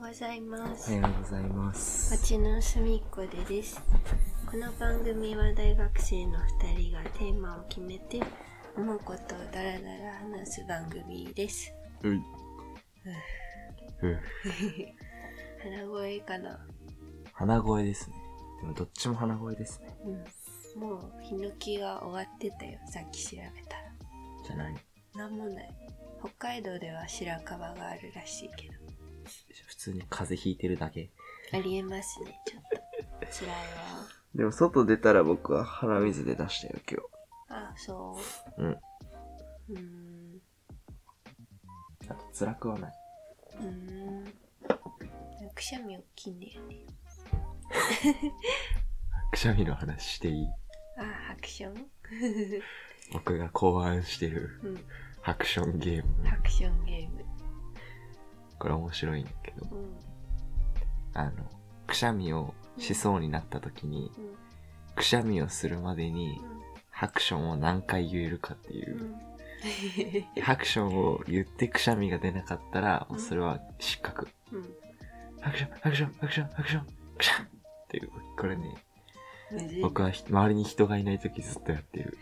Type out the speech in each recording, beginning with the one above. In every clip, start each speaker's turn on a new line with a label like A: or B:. A: ございま
B: おは
A: す。
B: ようございます。
A: 街の隅っこでです。この番組は大学生の2人がテーマを決めて思うことをダラダラ話す番組です。
B: うい。うん。
A: 鼻声かな、
B: 鼻声ですね。でもどっちも鼻声ですね。
A: うん、もうヒノキが終わってたよ、さっき調べたら。
B: じゃない。
A: なんもない。北海道では白樺があるらしいけど。
B: 普通に風邪ひいてるだけ。
A: ありえますね、ちょっと。辛いわ。
B: でも外出たら僕は鼻水で出したよ、今
A: あ、そ
B: 日。うん。
A: う。うーん。
B: あと辛くはない。
A: うーん。くしゃみ大きいんだよね。
B: くしゃみの話していい
A: あ、ハクション
B: 僕が考案してる
A: うん。
B: ハクションゲーム。
A: ハクションゲーム。
B: これ面白いんだけど、
A: うん。
B: あの、くしゃみをしそうになった時に、くしゃみをするまでに
A: う
B: ハクションを何回言えるかってい
A: ん。う
B: う。
A: ん。
B: ハクションを言ってくしゃみが出なかったら、
A: うん
B: それは失格。
A: うん。
B: ハクション、ハクション、ハクション、ハクション、クシャンっていう、これね、
A: むずい
B: 僕はひ周りに人がいない時ずっとやってる。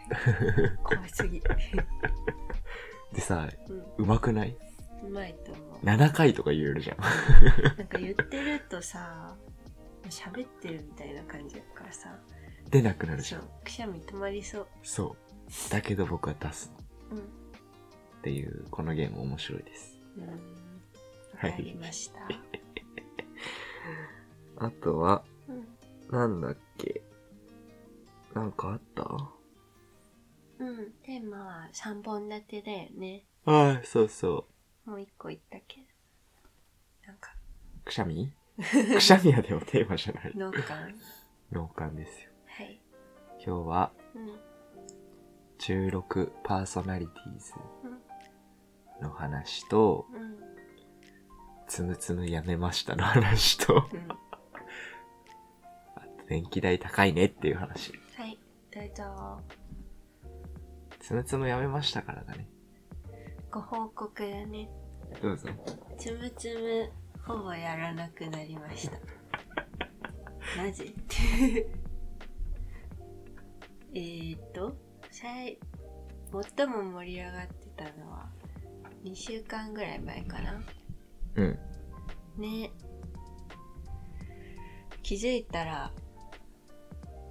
A: 怖すぎ。
B: でさ、
A: うん。
B: うまくないう
A: まいと思う。
B: ?7 回とか言えるじゃん。
A: なんか言ってるとさ、喋ってるみたいな感じだからさ、
B: 出なくなるじ
A: そ
B: ゃ。、
A: うんくしゃみ止まりそう。
B: そう。だけど僕は出す
A: うん。
B: っていう、このゲーム面白いです。
A: うーん。
B: はい
A: わかりました。
B: あとは、
A: うん。
B: なんだっけ。なんかあった
A: うん。テーマは3本立てだよね。
B: ああ、そうそ
A: もう1個言ったけど。なんか、
B: う。くしゃ みくしゃみはでもテーマじゃない。
A: 脳幹 は
B: 脳幹ですよ。
A: い。
B: 今日は、
A: うん。
B: 16パーソナリティーズ
A: うん
B: の話と、
A: うん。
B: つむつむやめましたの話と、
A: うん。
B: あと電気代高いねっていう話。
A: はい、どうぞ。
B: つむつむやめましたからだね。
A: ご報告だね。
B: どうぞ。
A: つむつむ、ほぼやらなくなりました。なぜ えーっと、最、最も盛り上がってたのは、2週間ぐらい前かな。
B: うん。
A: ね。気づいたら、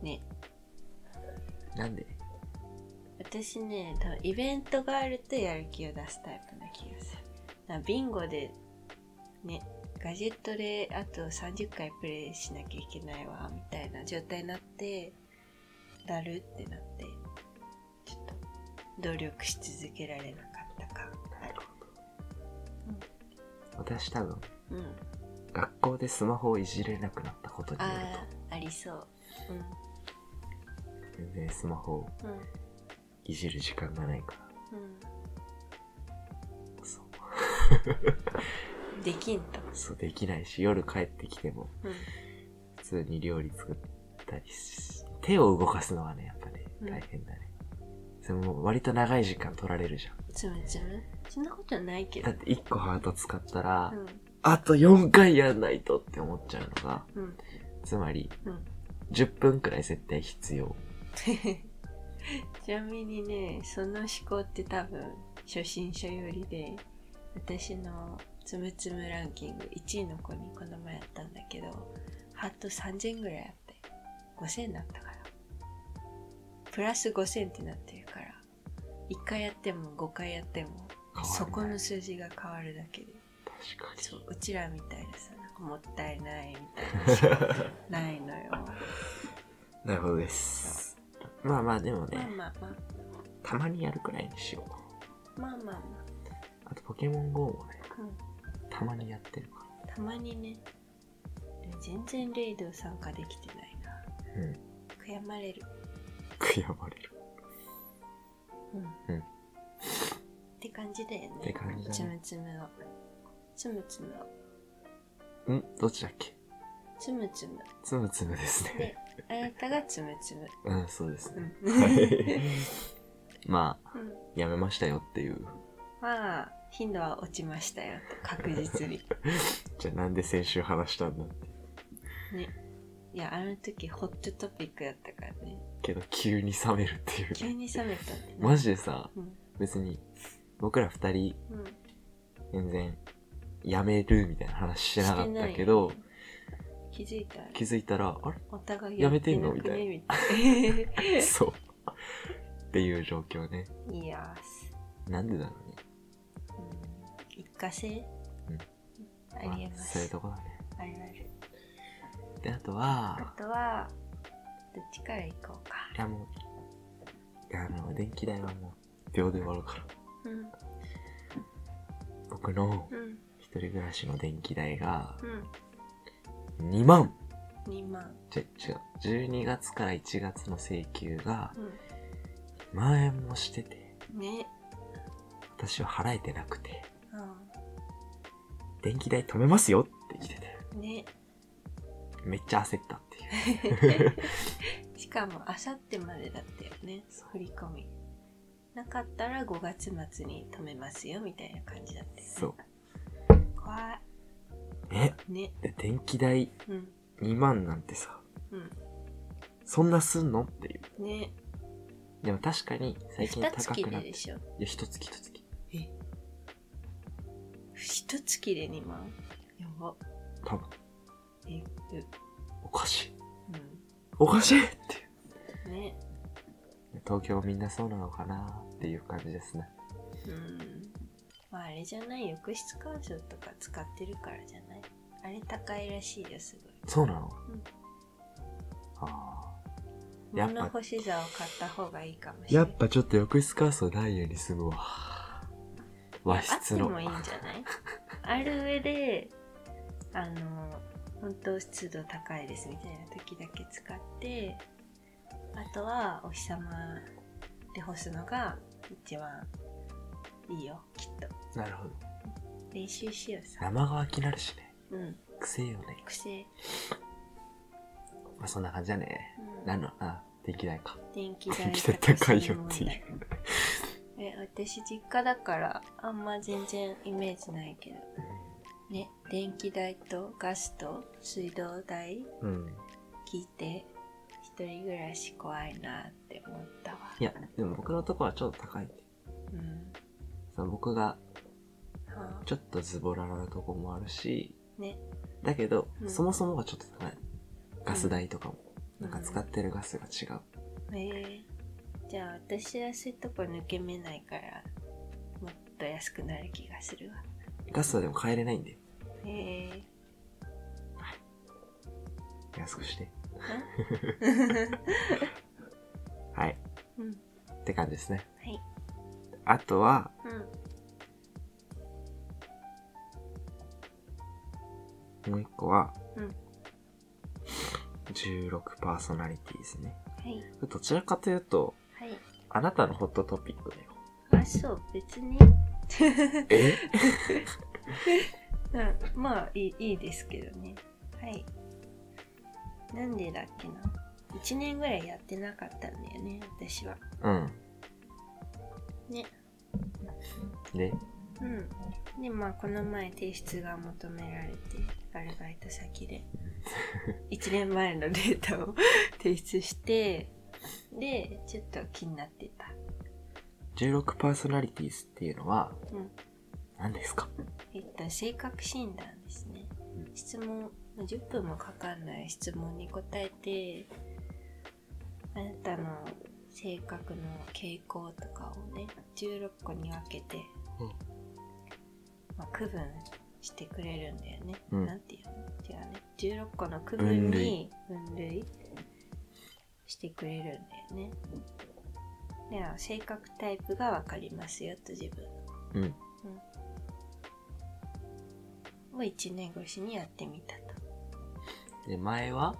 A: ね、
B: なんで
A: 私ね多分イベントがあるとやる気を出すタイプな気がするなビンゴでねガジェットであと30回プレイしなきゃいけないわみたいな状態になってだるってなってちょっと努力し続けられなかったか
B: 私多分、
A: うん
B: 学校でスマホをいじれなくなったことによ
A: ああありそう
B: ると、全然スマホを
A: うんうん
B: いじる時間がないから。
A: う
B: そう。
A: んできんと
B: そうできないし、夜帰ってきても、
A: う
B: 普通に料理作ったりし、手を動かすのはね、やっぱね、
A: うん
B: 大変だね。それも割と長い時間取られるじゃん。
A: んつむつむそんなことないけ
B: だ
A: ど
B: って1個ハート使ったら、
A: う
B: あと4回やんないとって思っちゃうのが、
A: んうん
B: つまり、
A: うん
B: 10分くらい絶対必要。
A: ちなみにねその思考って多分初心者よりで私のつむつむランキング1位の子にこの前やったんだけどハート3000ぐらいあって5000だったからプラス5000ってなってるから1回やっても5回やっても
B: 変わんない
A: そこの数字が変わるだけで
B: 確
A: そううちらみたいなさなんかもったいないみたいな思 考ないのよ
B: に。なるほどです。まあまあでも
A: まあ
B: ね、
A: まあまあ
B: たまにやるくらいにしよう。
A: まあまあま
B: あとポケモン GO もね、
A: あ、うん
B: たまにやってるか
A: たまにねでも全然レイド参加できてないな
B: ら。うん。
A: 悔やまれる
B: 悔やまれる。
A: うん、
B: うん
A: って感じだよね
B: って感じだね
A: つむつむはつむつむは
B: んどっちだっけ
A: つむつむ
B: つむつむですね
A: で。あなたがつむつむ
B: うん、そうです
A: う
B: ね。
A: ん、
B: はい。まあ、
A: うん
B: やめましたよっていう。
A: まあ頻度は落ちましたよと確実に
B: じゃあなんで先週話したんだって
A: ねいやあの時ホットトピックだったからね
B: けど急に冷めるっていう
A: 急に冷めたんだよね
B: マジでさ
A: うん
B: 別に僕ら二人
A: うん
B: 全然やめるみたいな話してなかったけど
A: してない気づいたら
B: 気づいたらあれ
A: お互い
B: やめてんの
A: やってなくねみたい
B: そうっていう状況ね
A: な いやーす
B: なんでだろうね
A: うん一過性、
B: うん
A: ありえま
B: あそういう
A: す
B: とこだね
A: あるある
B: であと
A: あ
B: は
A: とはどっちから行こうか
B: いやもうあの電気代はもう秒で終わるから
A: うん
B: 僕の
A: うん
B: 一人暮らしの電気代が
A: うん
B: 2万
A: 2万
B: 違う違う12月から1月の請求が
A: う
B: 2万円もしてて
A: んね
B: 私は払えてなくて
A: う
B: 電気代止めますよって来てて
A: んね
B: めっちゃ焦ったっていう
A: しかもあさってまでだったよね振り込みなかったら5月末に止めますよみたいな感じだったよね
B: そ
A: 怖いう
B: え
A: ね
B: で電気代
A: うん
B: 2万なんてさ
A: う
B: そんなすんのっていうん
A: ね
B: でも確かに最近
A: 2
B: 高
A: 月
B: く
A: で
B: なって
A: でしょ
B: いや一月一月
A: 一月で2万やば
B: 多分
A: えう
B: おかしい
A: うん
B: おかしいっていう
A: ね
B: 東京みんなそうなのかなっていう感じですね
A: うんまああれじゃない浴室乾燥とか使ってるからじゃないあれ高いらしいよすごい
B: そうなの、
A: うん
B: あやっぱ
A: 物干し竿を買った方がいいかも
B: ー
A: しれ
B: や
A: ない
B: っぱちょっと浴室乾燥ないように済むわ和
A: あって
B: 室の
A: もいいんじゃ ないある上であの本当湿度高いですみたいな時だけ使ってあとはお日様で干すのが一番いいよきっと
B: なるほど
A: 練習しようさ
B: 生乾きになるしね
A: うん
B: くせえよね、
A: 癖
B: まあ、そんな感じだね
A: うん
B: 何のあ電気代か
A: 電気代
B: 電気代高いよっていう
A: え私実家だからあんま全然イメージないけどね電気代とガスと水道代
B: うん
A: 聞いて一人暮らし怖いなって思ったわ
B: いやでも僕のとこはちょっと高いんで
A: うん
B: その僕が
A: はあ
B: ちょっとズボラなとこもあるし
A: ね
B: だけど、
A: うん
B: そもそもがちょっと高いガス代とかも、
A: うん
B: なんか使ってるガスが違う
A: えーじゃあ私はそういうとこ抜け目ないからもっと安くなる気がするわ
B: ガスはでも変えれないんで
A: へえ
B: 安くして はい
A: うん
B: って感じですね
A: はい
B: あとは
A: うん
B: もう一個は、
A: うん
B: 16パーソナリティですね
A: はい
B: どちらかというと
A: はい
B: あなたのホットトピックだよ
A: あそう別に
B: え
A: うんまあいいいいですけどねはいなんでだっけな1年ぐらいやってなかったんだよね私は
B: うん
A: ね
B: で
A: うん、でまあこの前提出が求められてアルバイト先で1年前のデータを提出してでちょっと気になってた
B: 16パーソナリティっていうのは
A: うん
B: 何ですか
A: えっと性格診断ですね
B: う
A: 質問10分もかかんない質問に答えてあなたの性格の傾向とかをね16個に分けて、
B: うん
A: まあ、区分してくれるんだよね、
B: うん
A: なんていうの違うね16個の区分に分類してくれるんだよねでは性格タイプが分かりますよと自分
B: うん
A: を1年越しにやってみたと
B: で前は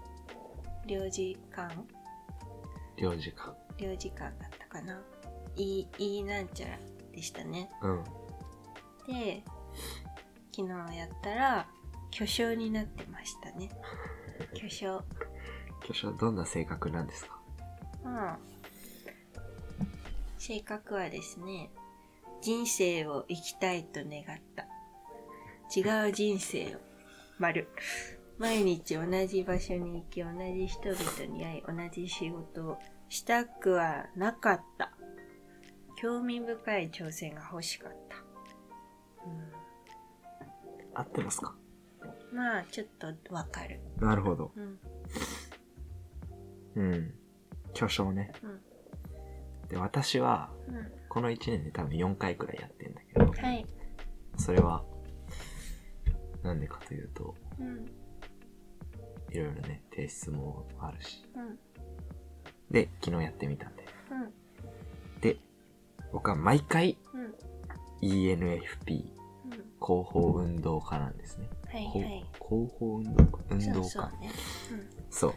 A: 領事館
B: 領事館
A: 領事館だったかな。いい、いいなんちゃらでしたね。
B: うん
A: で、昨日やったら、巨匠になってましたね。巨匠。
B: 巨匠どんな性格なんですか
A: まあ、性格はですね、人生を生きたいと願った。違う人生を。丸。毎日同じ場所に行き、同じ人々に会い、同じ仕事をしたくはなかった。興味深い挑戦が欲しかった。
B: 合ってますか
A: うん、まあ、ちょっとわかる。
B: なるほど。
A: うん。
B: うん。巨匠ね。
A: うん。
B: で、私は、
A: う
B: この1年で多分4回くらいやってんだけど、
A: ん。はい。
B: それは、なんでかというと、
A: うん。
B: いろいろね、提出もあるし。
A: うん。
B: で、昨日やってみたんで。
A: うん。
B: で、僕は毎回
A: うん。うん。
B: ENFP、広報運動家なんですね。
A: はい
B: こう
A: はい。
B: 広報運動家運動
A: そう
B: 家
A: そうね。うん。
B: そう。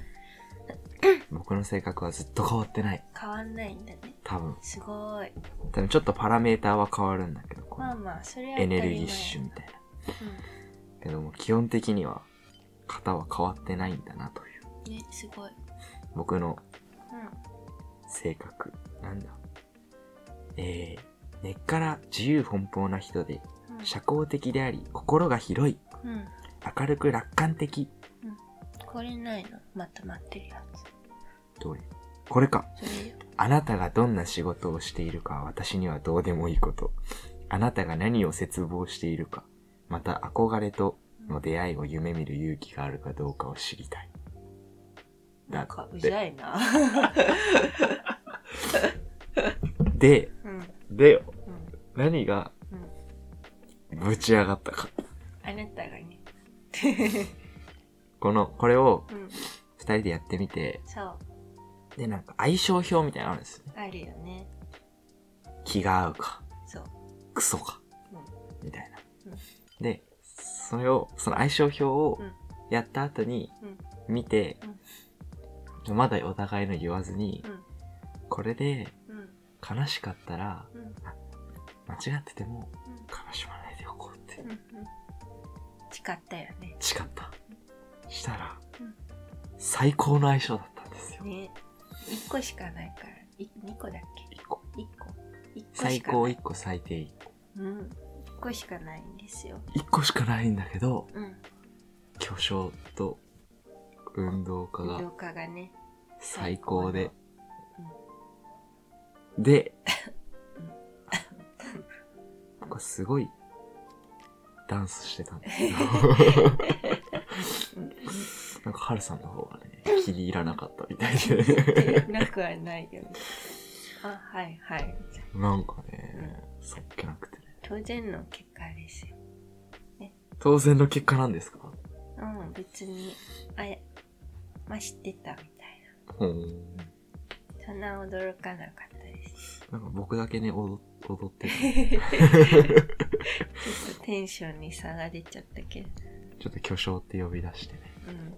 B: 僕の性格はずっと変わってない。
A: 変わんないんだね。
B: 多分。
A: すごい。
B: 多分ちょっとパラメーターは変わるんだけど、こ
A: まあ
B: の
A: まあ、それは当
B: エ
A: たり
B: ネ
A: 前
B: ルギッシュみたいな。けども基本的には型は変わってないんだなという。
A: うん。ね、すごい。
B: 僕の
A: う
B: 性格。なんだ。えー、根っから自由奔放な人で、
A: ん。うん。
B: 社交的であり、心が広い、
A: うん。
B: 明るく楽観的。
A: これないのまとまってるや
B: どれこれか。
A: つ。それよ。
B: あなたがどんな仕事をしているかは私にはどうでもいいこと。あなたが何を絶望しているか、また憧れとの出会いを夢見る勇気があるかどうかを知りたい。
A: なんか、うざい な。
B: で、
A: うん。
B: でよ、
A: うん。
B: 何が
A: うん。
B: ぶち上がったか。
A: あなたが ね。
B: この、これを
A: うん。
B: 二人でやってみて、
A: そう。
B: で、なんか相性表みたいなのあるんですよね。
A: あるよね。
B: 気が合うか、
A: そう。
B: クソか、
A: うん
B: みたいな
A: うん。
B: で、それを、その相性表を
A: うん
B: やった後に
A: うん
B: 見て、まだお互いの言わずに、
A: うん
B: これで
A: うん。
B: 悲しかったら、
A: うん。うん。
B: 間違ってても
A: うん
B: 悲しまないでおこうって
A: うん。うん。誓ったよね。
B: 誓った。したら、
A: うん
B: 最高の相性だったんですよ。
A: ね。一個しかないから。い二個だっけ
B: 一個。
A: 一個。一個
B: 最
A: しか
B: 高
A: ない。
B: 一個、最低一個。
A: うん。一個しかないんですよ。
B: 一個しかないんだけど、
A: うん。
B: 巨匠と運動家が
A: 動画がね。
B: 最高で。で、僕はすごいダンスしてたんだけど、 なんかハルさんの方がね、気に入らなかったみたいで、
A: なくはないよね。あ、はいはい。
B: なんかね、そっけなくてね。
A: 当然の結果ですよ。
B: 当然の結果なんですか
A: うん、別に、あや、まあ、知ってたみたい
B: ほーん。
A: な。そんな驚かなかったです。
B: なんか僕だけね、踊踊って た。
A: ちょっとテンションに差が出ちゃったけど。
B: ちょっと巨匠って呼び出してね。
A: うん。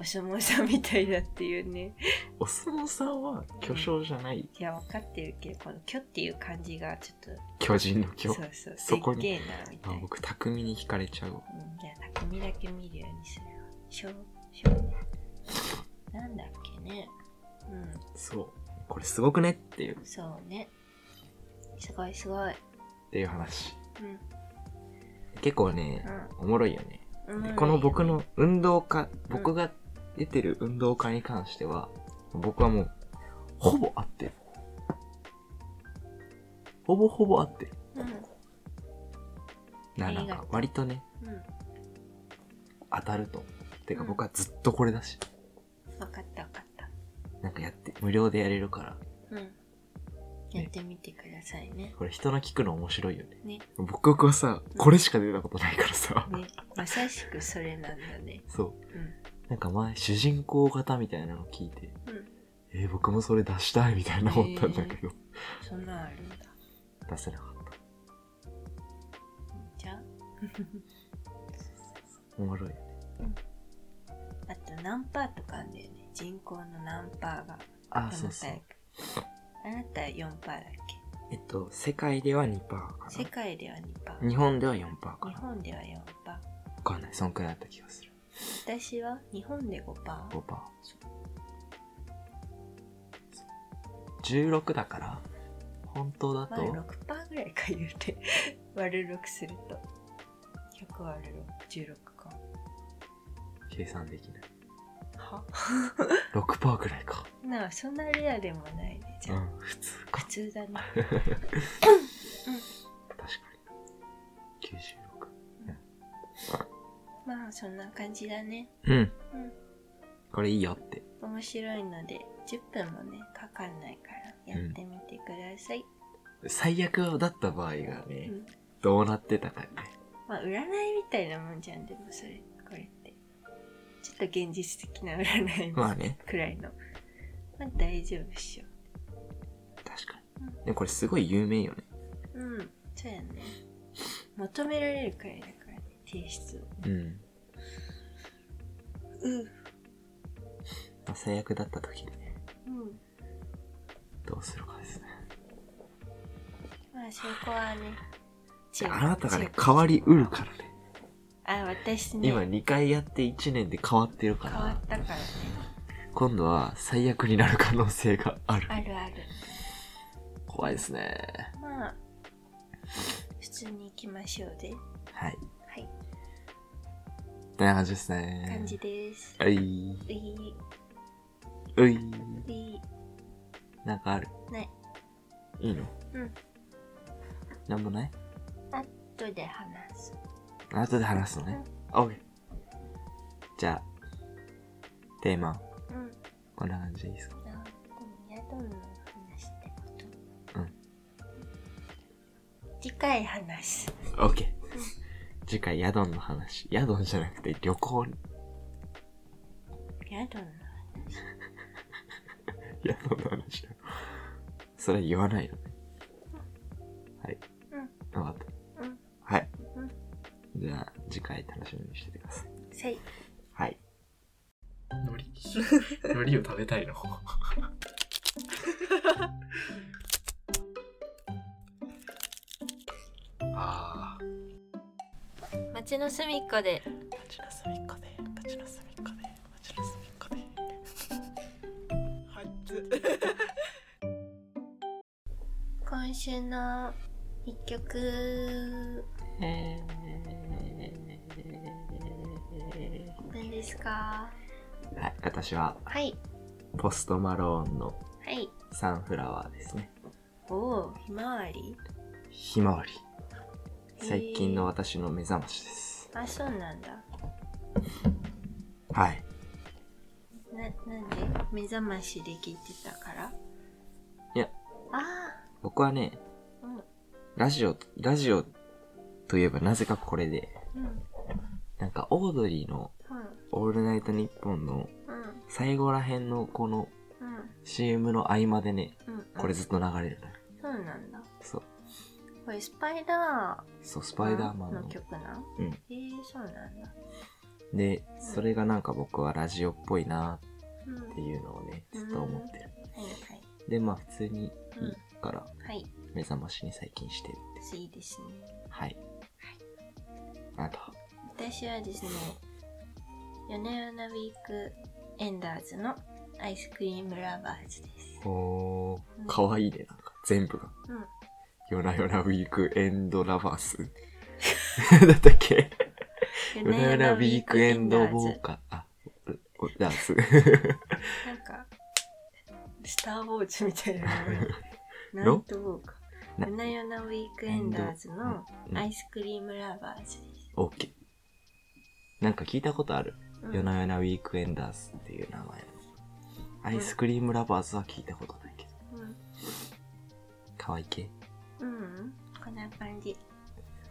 A: お相撲さんみたいだっていうね。
B: お相撲さんは巨匠じゃない、
A: いや、わかってるけど、この虚っていう感じがちょっと、
B: 巨人の巨。
A: そうそう、
B: そこに
A: でっけえな、みた
B: あ
A: いな。
B: 僕、巧みに惹かれちゃうわ。
A: うんじゃあ、匠だけ見るようにするわ。しょう、しょう。なんだっけね。う
B: そう。これすごくねっていう、っ
A: ん、そうね。すごいすごい。
B: ていう話。
A: うん、
B: 結構ね、おもろいよね。
A: うん。
B: でこの僕
A: うん。
B: の運動家、僕が出てる運動家に関しては、僕はもう、ほぼ合ってる。ほぼほぼ合ってる。
A: う
B: な、
A: あり
B: な
A: が
B: ん
A: とう
B: か、割とね、
A: ん。
B: 当たると思う。てか
A: うん
B: 僕はずっとこれだし、
A: わかったわかった。
B: なんかやって、無料でやれるから、
A: うん。やってみてくださいね。
B: これ人の聞くの面白いよね。
A: ね。
B: 僕はさ、これしか出たことないからさ。
A: ね。まさしくそれなんだね。
B: そうう。なんか前、主人公型みたいなの聞いて、
A: ん。うん。
B: えー、僕もそれ出したいみたいな思ったんだけど、
A: そんなんあるんだ。
B: 出せなかった。
A: じゃあ、
B: おもろい。
A: あと何パーとかあんだよね。人口の何パーが。
B: あ
A: どのタイ。プあなた4%だっ
B: えっと、世界では2%か
A: け世界では2%
B: な。日本では4%か
A: 日
B: な。
A: 本では
B: わかんない。そんくらいあった気がする。
A: 4%私は日本で 5%?
B: 5%。16だから、本当だ
A: まあ6%
B: と
A: かぐらいか言うて 割る6すると100割る6 16か
B: 計算できない。
A: は
B: 6%くらいか。
A: なあそんなレアでもないねじ
B: う
A: ゃあ、
B: ん、普通か
A: 普。通 だね
B: 確かに。96。
A: まあそんな感じだね
B: うん。
A: うん
B: これいいよって。
A: 面白いので10分もねかかんないからやってみてください、
B: 最悪だった場合が
A: う
B: ね、
A: ん
B: どうなってたかね。
A: まあ占いみたいなもんじゃんでもそれこれってちょっと現実的な占い
B: まあね、
A: くらいのまあ大丈夫っしょ
B: 確かに。でもこれすごい有名よね。
A: うんそうやね求められるくらいだからね提出を
B: うん。
A: うん
B: まあ、最悪だった時にね、
A: うん
B: どうするかですね。
A: まあそこはね
B: じゃああなたがね
A: 強、く
B: 変わりうるからね。
A: あ私ね
B: 今2回やって1年で変わってるか
A: 変わ
B: ら
A: っ、たからね
B: 今度は最悪になる可能性がある。
A: あるある
B: 怖いですね。
A: まあ普通に行きましょうで
B: はい。
A: はい
B: てな感じですね。
A: 感じです
B: ういう
A: いう
B: ういう
A: い
B: なんかある
A: ない
B: いいの
A: うん
B: なんもない
A: 後で話す
B: 後で話すのね。オッケー。じゃあ、テーマ、
A: うん
B: こんな感じでいいですか
A: あ今宿の話ってこと
B: うん
A: 次回話す
B: オッケー。次回、宿の話。宿じゃなくて旅行、
A: 宿の
B: 宿の話だ。それは言わないのね。はい。わかっ
A: 話うん
B: た。はい
A: うん。
B: じゃあ、次回楽しみにしててください。
A: せい
B: はい。海苔海苔を食べたいの。 ああ。
A: 町の隅っこで
B: 立ちなすみっこで、立ちなすみっこで、立ちなすみっこで。
A: 今週の一曲何ですか
B: はい、私は
A: はい
B: ポストマローンの
A: はい
B: サンフラワーですね。
A: おおひまわり
B: ひまわり。
A: へー
B: 最近の私の目覚ましです。
A: あそうなんだ
B: はい。
A: ななんで目覚ましで聞いてたから
B: いや
A: あ
B: 僕はね、
A: あうん
B: ラジオ、ラジオといえばなぜかこれで、
A: うん
B: なんかオードリーのオールナイトニッポンの
A: うん
B: 最後らへんのこの
A: うん
B: CM の合間でね、
A: うんうん
B: これずっと流れるのよ。
A: そうなんだ
B: そう。
A: これスパイダ
B: そう、ス
A: ー
B: パイダーマンの
A: の。曲なん
B: うん
A: えー、そうなんだ
B: で、それがなんか僕はラジオっぽいな
A: うんは
B: っていうのをね、ずっと思ってる。
A: いはい
B: で、まあ普通にいいから
A: はい
B: 目覚ましに最近してる。
A: いいですね
B: はい。あと、
A: 私はですね夜な夜なウィークエンダーズのアイスクリームラバーズです
B: おー
A: うん、
B: かわいいね、なんか全部が。
A: うん
B: 夜な夜なウィークエンドラバー ス。だったっけ夜な夜なウィークエンドウォーカー。あ、ウォダース。
A: なんか、スター・ウォーズみたいな名前。ナ
B: の
A: イト・ウォーカー。
B: な
A: 夜な夜なウィークエンダーズの
B: うん
A: アイスクリームラバーズです。
B: オッケー。なんか聞いたことある。
A: うん
B: 夜な夜なウィークエンダースっていう名前の。アイスクリームラバーズは聞いたことないけど。可愛い系
A: うん、うん、こんな感じ。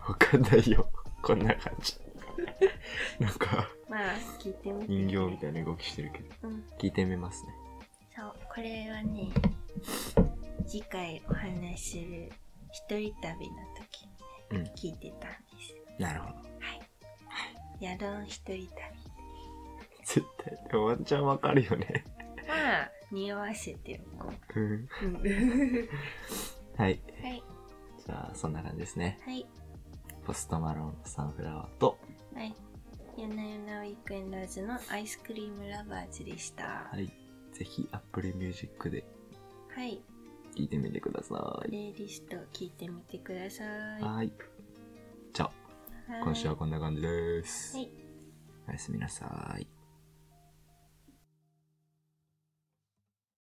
B: わかんないよ。 こんな感 じ。なんか、
A: まあ、聞いてみて。
B: 人形みたいな動きしてるけど。
A: うん、
B: 聞いてみますね。
A: そう、これはね、次回お話しする一人旅の時にね、聞いてたんです。
B: なるほど。
A: ヤドン一人旅。
B: 絶対、でもワンチャンわかるよね。
A: まあ、匂わせておこ
B: うん。
A: う。うん は
B: はい。
A: い、
B: じゃあ、そんな感じですね。
A: はい。
B: ポストマロンのサンフラワーと、
A: はい。ゆなゆなウィークエンダーズのアイスクリームラバーズでした。
B: はい。ぜひ、Apple Music で
A: はい。
B: 聞いてみてくださ
A: プ
B: い。
A: レイリスト聞いてみてください。
B: はい。じゃあ、今週はこんな感じです。
A: はい
B: おやすみなさい。